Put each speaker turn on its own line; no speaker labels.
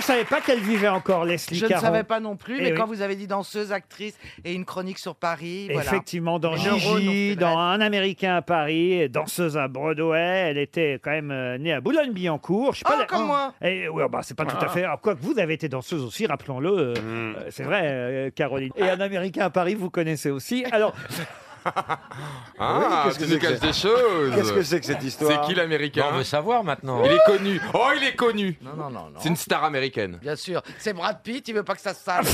je savais pas qu'elle vivait encore, Leslie
Je ne
Caron.
savais pas non plus,
Eh
mais
oui.
quand vous avez dit danseuse, actrice et une chronique sur Paris, voilà.
Effectivement, dans
Les neurones ont fait
Gigi,
le
dans Un Américain à Paris, et danseuse à Broadway, elle était quand même euh, née à Boulogne-Billancourt. Je sais pas
Ah,
la-
comme moi.
Et, ouais, bah, c'est pas tout à fait. Alors, quoi que vous avez été danseuse aussi, rappelons-le. euh,
Hmm.
euh, c'est vrai, euh, Caroline. Et Un Américain à Paris, vous connaissez aussi. Alors,
Ah,
qu'est-ce que
tu
c'est
nous
que
caches
c'est
des choses.
Qu'est-ce que c'est que hein cette histoire
C'est qui l'américain
On veut savoir maintenant.
Il est connu. Oh, il est connu.
Non, non, non, non.
C'est une star américaine.
Bien sûr, c'est Brad Pitt, il veut pas que ça se sache.